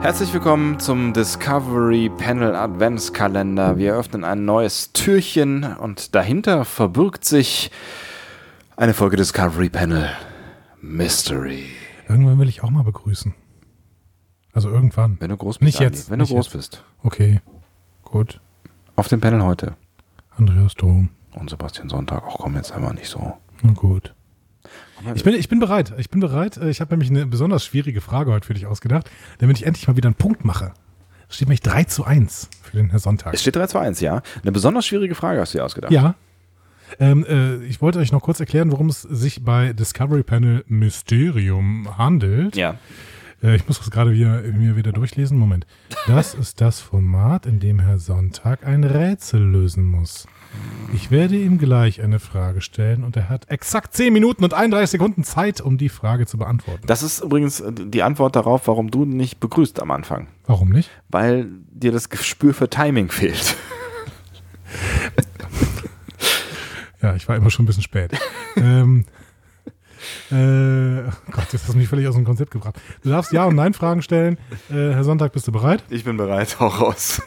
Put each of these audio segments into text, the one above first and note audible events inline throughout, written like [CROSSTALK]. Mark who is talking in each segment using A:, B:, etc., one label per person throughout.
A: Herzlich willkommen zum Discovery Panel Adventskalender. Wir öffnen ein neues Türchen und dahinter verbirgt sich eine Folge Discovery Panel Mystery.
B: Irgendwann will ich auch mal begrüßen. Also irgendwann.
A: Wenn du groß bist.
B: Nicht
A: Andi,
B: jetzt,
A: Wenn du
B: nicht
A: groß
B: jetzt.
A: bist.
B: Okay, gut.
A: Auf dem Panel heute.
B: Andreas Dom.
A: Und Sebastian Sonntag. Auch komm jetzt einmal nicht so.
B: Na gut. Ich bin, ich bin bereit. Ich bin bereit. Äh, Ich habe nämlich eine besonders schwierige Frage heute für dich ausgedacht, damit ich endlich mal wieder einen Punkt mache. Es steht nämlich 3 zu 1 für den Herr Sonntag.
A: Es steht 3 zu 1, ja. Eine besonders schwierige Frage hast du dir ausgedacht.
B: Ja. Ähm, äh, ich wollte euch noch kurz erklären, worum es sich bei Discovery Panel Mysterium handelt.
A: Ja.
B: Äh, ich muss das gerade wieder, mir wieder durchlesen. Moment. Das ist das Format, in dem Herr Sonntag ein Rätsel lösen muss. Ich werde ihm gleich eine Frage stellen und er hat exakt 10 Minuten und 31 Sekunden Zeit, um die Frage zu beantworten.
A: Das ist übrigens äh, die Antwort darauf, warum du nicht begrüßt am Anfang.
B: Warum nicht?
A: Weil dir das Gespür für Timing fehlt.
B: Ja, ich war immer schon ein bisschen spät. ähm, äh, oh Gott, jetzt hast du mich völlig aus dem Konzept gebracht. Du darfst Ja- und Nein-Fragen stellen. Äh, Herr Sonntag, bist du bereit?
A: Ich bin bereit, auch raus.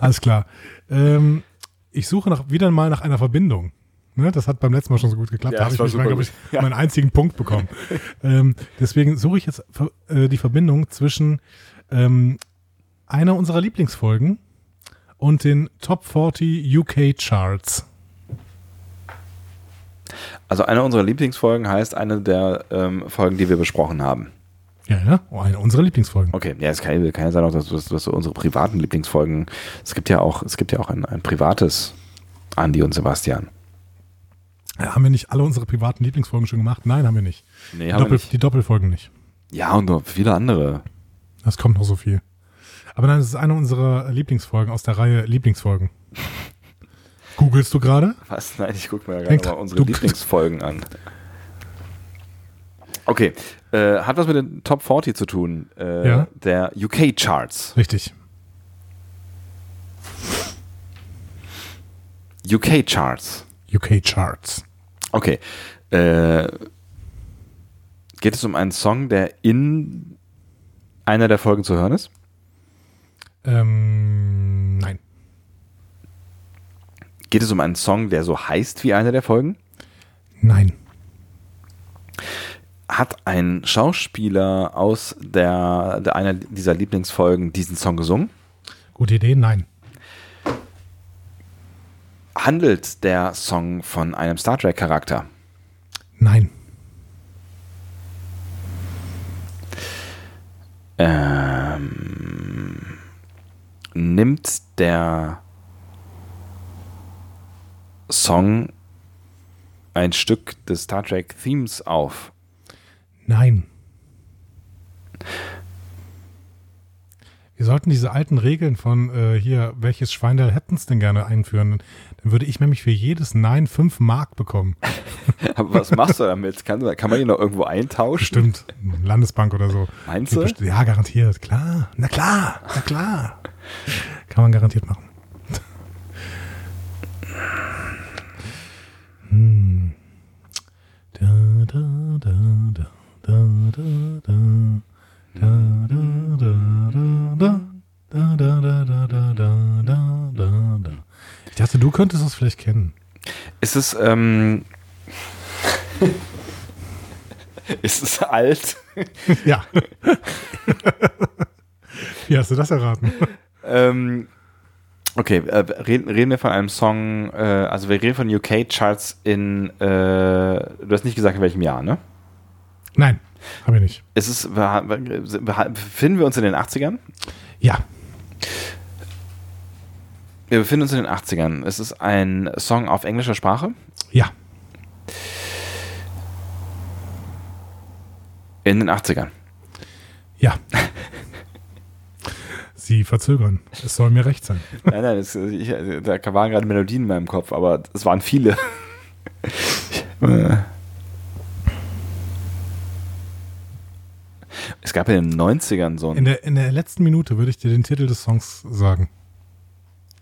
B: Alles klar. Ähm, ich suche nach, wieder mal nach einer Verbindung. Ne, das hat beim letzten Mal schon so gut geklappt.
A: Ja,
B: da habe
A: das
B: ich,
A: war
B: mich
A: super
B: mal, glaub ich
A: gut. Ja.
B: meinen einzigen
A: [LAUGHS]
B: Punkt bekommen. ähm, deswegen suche ich jetzt ver- äh, die Verbindung zwischen ähm, einer unserer Lieblingsfolgen und den Top 40 UK Charts.
A: Also eine unserer Lieblingsfolgen heißt eine der ähm, Folgen, die wir besprochen haben.
B: Ja, ja. Oh, eine unserer Lieblingsfolgen.
A: Okay, ja, es kann, kann ja sein auch, dass, dass, dass unsere privaten Lieblingsfolgen. Es gibt ja auch, es gibt ja auch ein, ein privates Andi und Sebastian.
B: Ja, Äh, haben wir nicht alle unsere privaten Lieblingsfolgen schon gemacht? Nein, haben wir nicht.
A: Nee,
B: Die
A: haben wir
B: Doppel,
A: nicht.
B: Die Doppelfolgen nicht.
A: Ja, und noch viele andere.
B: Das kommt noch so viel. Aber nein, es ist eine unserer Lieblingsfolgen aus der Reihe Lieblingsfolgen. Googlest du gerade?
A: Was? Nein, ich gucke mir ja
B: Denk
A: gerade mal
B: dran,
A: unsere
B: du-
A: Lieblingsfolgen an. Okay, äh, hat was mit den Top 40 zu tun, äh,
B: Ja.
A: der UK-Charts.
B: Richtig.
A: UK-Charts.
B: UK Charts.
A: Okay. Äh, geht es um einen Song, der in einer der Folgen zu hören ist?
B: Ähm, nein.
A: Geht es um einen Song, der so heißt wie eine der Folgen?
B: Nein.
A: Hat ein Schauspieler aus der, der einer dieser Lieblingsfolgen diesen Song gesungen?
B: Gute Idee? Nein.
A: Handelt der Song von einem Star Trek-Charakter?
B: Nein.
A: Ähm, nimmt der Song ein Stück des Star Trek-Themes auf?
B: Nein. Wir sollten diese alten Regeln von äh, hier, welches Schweindel hätten es denn gerne einführen? Dann würde ich nämlich für jedes Nein 5 Mark bekommen.
A: Aber was machst du damit? Kann, kann man ihn noch irgendwo eintauschen?
B: Bestimmt. Landesbank oder so.
A: Meinst du?
B: Best- Ja, garantiert. Klar. Na klar. Na klar. Kann man garantiert machen. Hm. Da, da, da, da, da, da, da. Da, da, da, da, da. Da, da, da, da, da, da, da, da, da. Ich dachte, du könntest das
A: [LAUGHS]
B: vielleicht kennen.
A: Ist es, ähm, [LAUGHS] ist es alt?
B: Ja. [LAUGHS] Wie hast du das erraten?
A: Ähm, okay, äh, reden, reden wir von einem Song, äh, also wir reden von UK-Charts in, äh, du hast nicht gesagt, in welchem Jahr, ne?
B: Nein, habe ich nicht.
A: Ist es, war- war- war- befinden wir uns in den 80ern?
B: Ja,
A: Wir befinden uns in den 80ern. Es ist ein Song auf englischer Sprache.
B: ja,
A: In den 80ern.
B: ja. Sie verzögern. Es soll mir recht sein.
A: Nein, nein, es, ich, da waren gerade Melodien in meinem Kopf, aber es waren viele. Äh. [LAUGHS] es gab in den 90ern so
B: In
A: ein.
B: der, in der letzten Minute würde ich dir den Titel des Songs sagen.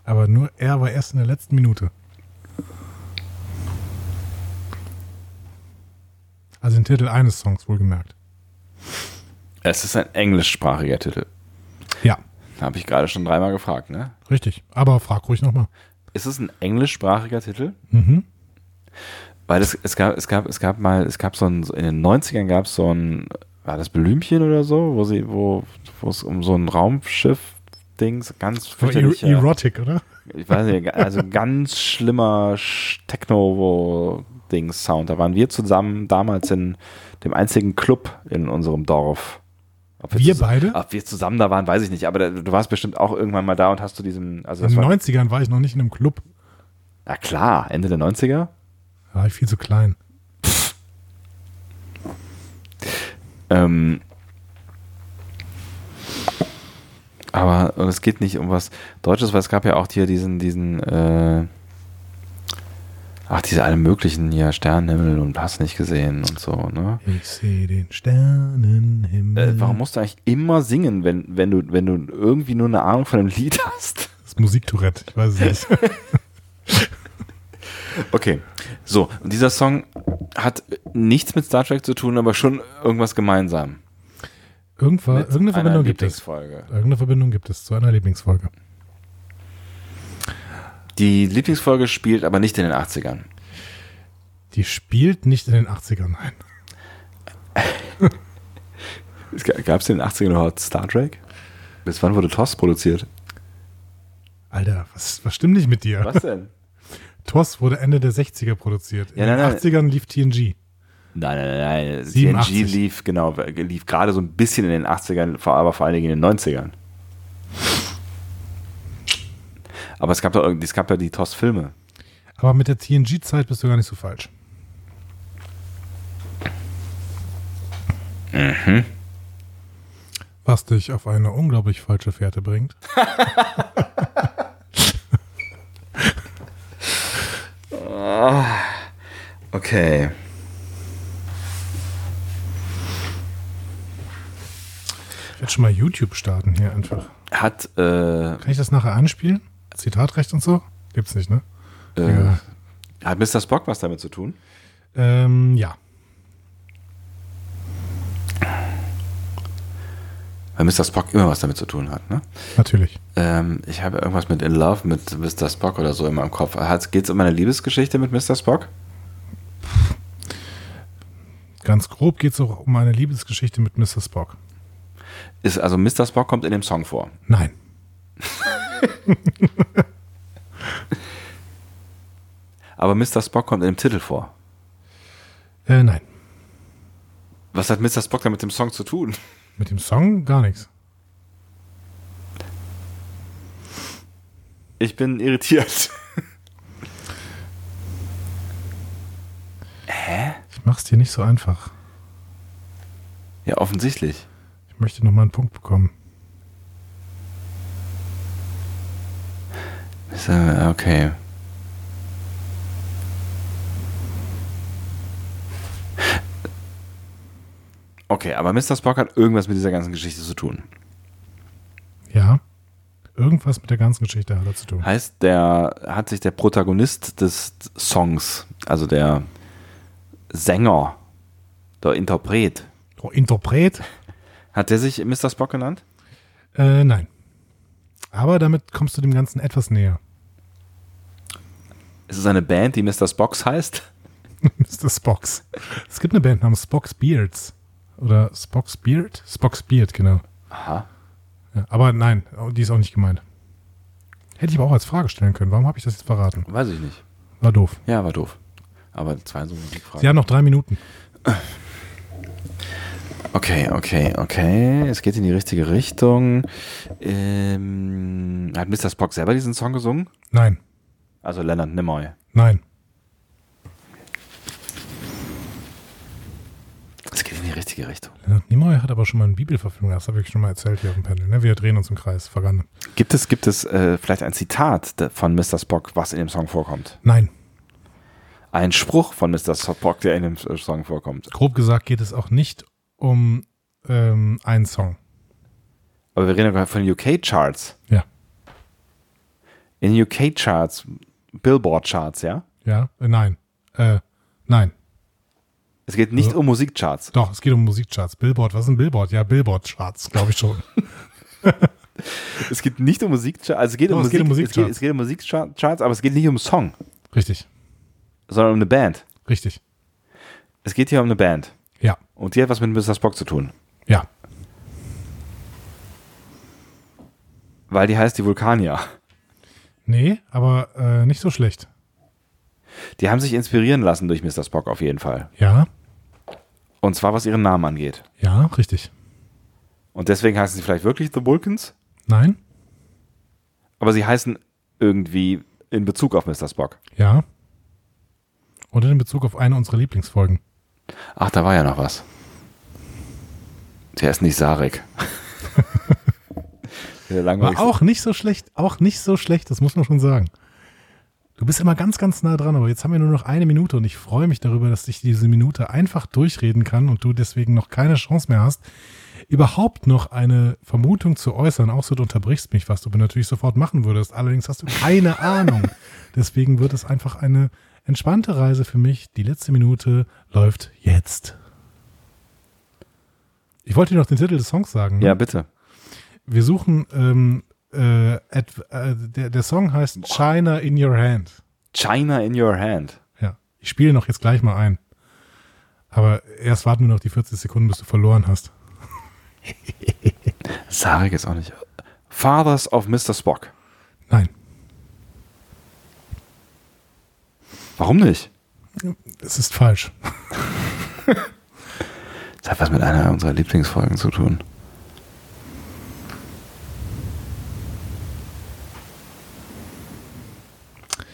B: Aber nur er war erst in der letzten Minute. Also den Titel eines Songs, wohlgemerkt.
A: Es ist ein englischsprachiger Titel.
B: Ja,
A: Habe ich gerade schon dreimal gefragt, ne?
B: richtig. Aber frag ruhig nochmal.
A: Ist es ein englischsprachiger Titel?
B: Mhm.
A: Weil es, es gab, es gab, es gab mal, es gab so ein, in den 90ern gab es so ein, war das Blümchen oder so, wo sie, wo, wo es um so ein Raumschiff-Dings, ganz
B: Aber er
A: fürchterlicher,
B: erotic, oder?
A: ich weiß
B: [LAUGHS]
A: nicht, also ganz schlimmer Sch- Techno-Dings-Sound. Da waren wir zusammen damals in dem einzigen Club in unserem Dorf. Ob
B: Wir
A: zusammen-
B: beide?
A: Ob wir zusammen da waren, weiß ich nicht, aber da, du warst bestimmt auch irgendwann mal da und hast du diesen, also
B: In
A: das
B: den
A: war,
B: 90ern war ich noch nicht in einem Club.
A: na klar, Ende der 90er.
B: Da war ich viel zu klein.
A: Ähm, aber und es geht nicht um was Deutsches, weil es gab ja auch hier diesen, diesen, äh, ach, diese alle möglichen hier, Sternenhimmel und hast nicht gesehen und so, ne?
B: Ich sehe den Sternenhimmel.
A: Äh, warum musst du eigentlich immer singen, wenn, wenn, du, wenn du irgendwie nur eine Ahnung von einem Lied hast?
B: Das ist Musiktourette, ich weiß
A: [LAUGHS]
B: es nicht.
A: Okay, so, und dieser Song hat nichts mit Star Trek zu tun, aber schon irgendwas gemeinsam.
B: Irgendwa,
A: Mit
B: Äh, irgendeine
A: einer
B: Verbindung gibt es.
A: Lieblingsfolge.
B: Irgendeine Verbindung gibt es zu einer Lieblingsfolge.
A: Die Lieblingsfolge spielt aber nicht in den 80ern.
B: Die spielt nicht in den 80ern, nein.
A: Gab es in den 80ern überhaupt Star Trek? Bis wann wurde TOS produziert?
B: Alter, was, was stimmt nicht mit dir?
A: denn?
B: TOS wurde Ende der 60er produziert. In
A: Ja,
B: den
A: nein, nein.
B: 80ern lief TNG.
A: [LAUGHS] Nein, nein, nein, nein.
B: 87.
A: TNG lief, genau, lief gerade so ein bisschen in den 80ern, vor- aber vor allen Dingen in den 90ern. Aber es gab da, es gab ja die TOS-Filme.
B: Aber mit der TNG-Zeit bist du gar nicht so falsch.
A: Mhm.
B: Was dich auf eine unglaublich falsche Fährte bringt.
A: Okay.
B: Ich werde schon mal YouTube starten hier einfach.
A: Hat, äh, äh,
B: Kann ich das nachher anspielen? Zitatrecht und so? Gibt's nicht, ne? Ja.
A: hat Mr. Spock was damit zu tun?
B: Ähm, ja.
A: Weil Mr. Spock immer was damit zu tun hat, ne?
B: natürlich.
A: Ähm, ich habe irgendwas mit In Love mit Mr. Spock oder so immer im Kopf. Geht es um eine Liebesgeschichte mit Mr. Spock?
B: Ganz grob geht's auch um eine Liebesgeschichte mit Mr. Spock.
A: Ist, also Mr. Spock kommt in dem Song vor.
B: Nein.
A: Aber Mr. Spock kommt in dem Titel vor.
B: Äh, nein.
A: Was hat Mr. Spock denn mit dem Song zu tun?
B: Mit dem Song gar nichts.
A: Ich bin irritiert.
B: Ich mach's dir nicht so einfach.
A: [LAUGHS] Ja, offensichtlich.
B: Ich möchte nochmal einen Punkt bekommen.
A: Ist, äh, Okay. Okay, aber Mr. Spock hat irgendwas mit dieser ganzen Geschichte zu tun.
B: Ja. Irgendwas mit der ganzen Geschichte hat er zu tun.
A: Heißt, der hat sich der Protagonist des Songs, also der Sänger, der Interpret,
B: Oh, Interpret?
A: hat der sich Mr. Spock genannt?
B: Äh, nein. Aber damit kommst du dem Ganzen etwas näher. [LAUGHS]
A: Ist es eine Band, die Mr. Spocks heißt?
B: Mr. Spocks. Es gibt eine Band namens Spock's Beards. Oder Spock's Beard? Spock's Beard, genau.
A: Aha.
B: Ja, aber nein, die ist auch nicht gemeint. Hätte ich aber auch als Frage stellen können. Warum habe ich das jetzt verraten?
A: Weiß ich nicht.
B: War doof.
A: Ja, war doof. Aber zwei so Musikfragen.
B: Sie haben noch drei Minuten.
A: Okay, okay, okay. Es geht in die richtige Richtung. Ähm, hat Mr. Spock selber diesen Song gesungen?
B: Nein,
A: Also Leonard Nimoy.
B: nein.
A: Es geht in die richtige Richtung.
B: Leonard Nimoy hat aber schon mal eine Bibelverfilmung. Das habe ich schon mal erzählt hier auf dem Panel. Ne? Wir drehen uns im Kreis. Vergangen.
A: Gibt es, gibt es äh, vielleicht ein Zitat de- von Mr. Spock, was in dem Song vorkommt?
B: Nein.
A: Ein Spruch von Mr. Spock, der in dem äh, Song vorkommt.
B: Grob gesagt geht es auch nicht um ähm, einen Song.
A: Aber wir reden ja gerade von UK-Charts.
B: Ja.
A: In UK-Charts, Billboard-Charts, ja?
B: Ja? Äh, nein. Äh, nein.
A: Es geht nicht
B: Ja.
A: um Musikcharts.
B: Doch, es geht um Musikcharts. Billboard. Was ist ein Billboard? Ja, Billboard-Charts, glaube ich schon.
A: Es geht nicht um Musikcharts, also es geht,
B: Doch,
A: um
B: es geht um
A: Musik- es geht,
B: Musikcharts.
A: es geht um Musikcharts, aber es geht nicht um Song,
B: [LAUGHS] Richtig,
A: sondern um eine Band.
B: richtig.
A: Es geht hier um eine Band.
B: Ja,
A: Und die hat was mit Mr. Spock zu tun.
B: ja.
A: Weil die heißt die Vulkanier.
B: Nee, aber äh, nicht so schlecht.
A: Die haben sich inspirieren lassen durch Mr. Spock auf jeden Fall.
B: Ja,
A: Und zwar was ihren Namen angeht.
B: ja, richtig.
A: Und deswegen heißen sie vielleicht wirklich The Vulcans,
B: Nein,
A: aber sie heißen irgendwie in Bezug auf Mr. Spock.
B: ja. Und in Bezug auf eine unserer Lieblingsfolgen.
A: Ach, da war ja noch was. Der ist nicht Sarek. Der
B: War
A: langweiligste.
B: auch nicht so schlecht, auch nicht so schlecht, das muss man schon sagen. Du bist immer ganz, ganz nah dran, aber jetzt haben wir nur noch eine Minute und ich freue mich darüber, dass ich diese Minute einfach durchreden kann und du deswegen noch keine Chance mehr hast, überhaupt noch eine Vermutung zu äußern, außer du unterbrichst mich, was du natürlich sofort machen würdest. Allerdings hast du keine Ahnung. Deswegen wird es einfach eine entspannte Reise für mich. Die letzte Minute läuft jetzt. Ich wollte dir noch den Titel des Songs sagen. ne?
A: Ja, bitte.
B: Wir suchen, ähm, äh, et- äh, der, der Song heißt China in Your Hand.
A: China in your hand.
B: Ja, ich spiele noch jetzt gleich mal ein. Aber erst warten wir noch die 40 Sekunden, bis du verloren hast.
A: Sarek ist auch nicht. Fathers of Mr. Spock.
B: Nein,
A: Warum nicht?
B: es ist falsch.
A: Das hat was mit einer unserer Lieblingsfolgen zu tun.
B: Hm.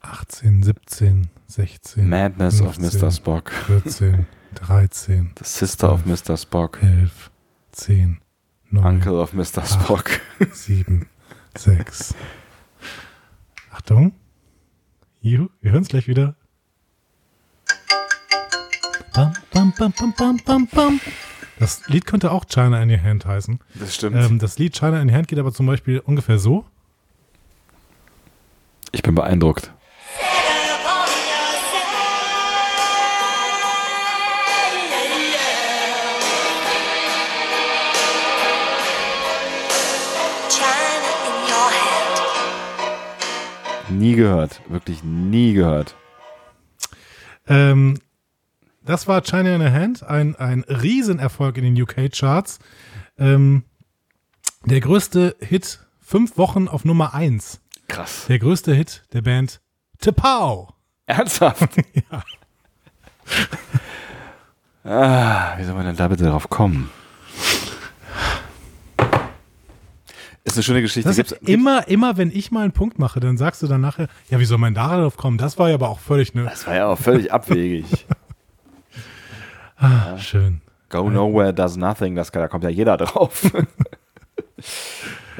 B: 18, 17, 16.
A: Madness of
B: 15,
A: Mr. Spock.
B: 14, 13,
A: The Sister of Mr. Spock.
B: 11, 10, 9,
A: Uncle of Mr. Spock. [LAUGHS]
B: 7, 6. Achtung. Juhu, wir hören es gleich wieder. Bam, bam, bam, bam, bam, bam, bam. Das Lied könnte auch China in your hand heißen.
A: Das stimmt.
B: Ähm, das Lied China in your hand geht aber zum Beispiel ungefähr so.
A: Ich bin beeindruckt.
C: China in your hand.
A: Nie gehört. Wirklich nie gehört.
B: Ähm, das war China in a Hand, ein, ein Riesenerfolg in den UK-Charts. Ähm, der größte Hit, fünf Wochen auf Nummer eins. [LAUGHS]
A: Krass.
B: Der größte Hit der Band Tepau.
A: Ernsthaft? Ah, wie soll man denn da bitte drauf kommen? Ist eine schöne Geschichte.
B: Das
A: Gibt's-
B: ist immer, immer, wenn ich mal einen Punkt mache, dann sagst du dann nachher, ja, wie soll man darauf kommen? Das war ja aber auch völlig ne.
A: das war ja auch völlig
B: [LAUGHS]
A: abwegig.
B: Ah, schön.
A: Go nowhere does nothing, das, da kommt ja jeder [LAUGHS] drauf.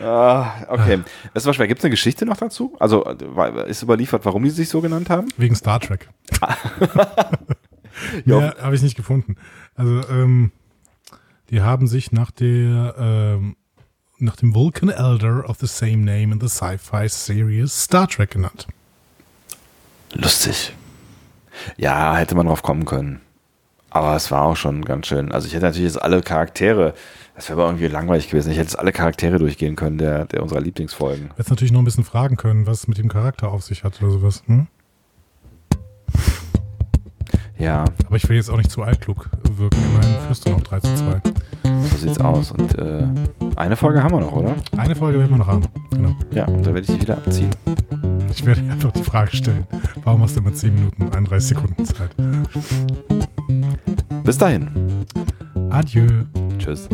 A: ah, okay. Das war schwer. Gibt es eine Geschichte noch dazu? Also äh, ist überliefert, warum die sich so genannt haben?
B: Wegen Star Trek.
A: [LAUGHS] Ja.
B: ja, habe ich nicht gefunden. Also, ähm, die haben sich nach der, ähm, nach dem Vulcan Elder of the same name in the Sci-Fi Series Star Trek genannt.
A: Lustig. Ja, hätte man drauf kommen können. Aber es war auch schon ganz schön. Also ich hätte natürlich jetzt alle Charaktere, das wäre aber irgendwie langweilig gewesen. Ich hätte jetzt alle Charaktere durchgehen können, der, der unserer Lieblingsfolgen.
B: Jetzt natürlich noch ein bisschen fragen können, was es mit dem Charakter auf sich hat oder sowas. Hm?
A: Ja,
B: Aber ich will jetzt auch nicht zu altklug wirken. Immerhin führst du noch 3 zu 2.
A: so sieht's aus. Und äh, eine Folge haben wir noch, oder?
B: Eine Folge werden wir noch haben. Genau.
A: Ja, und da werde ich dich wieder abziehen.
B: Ich werde einfach die Frage stellen, warum hast du immer 10 Minuten und 31 Sekunden Zeit?
A: Bis dahin.
B: Adieu.
A: Tschüss.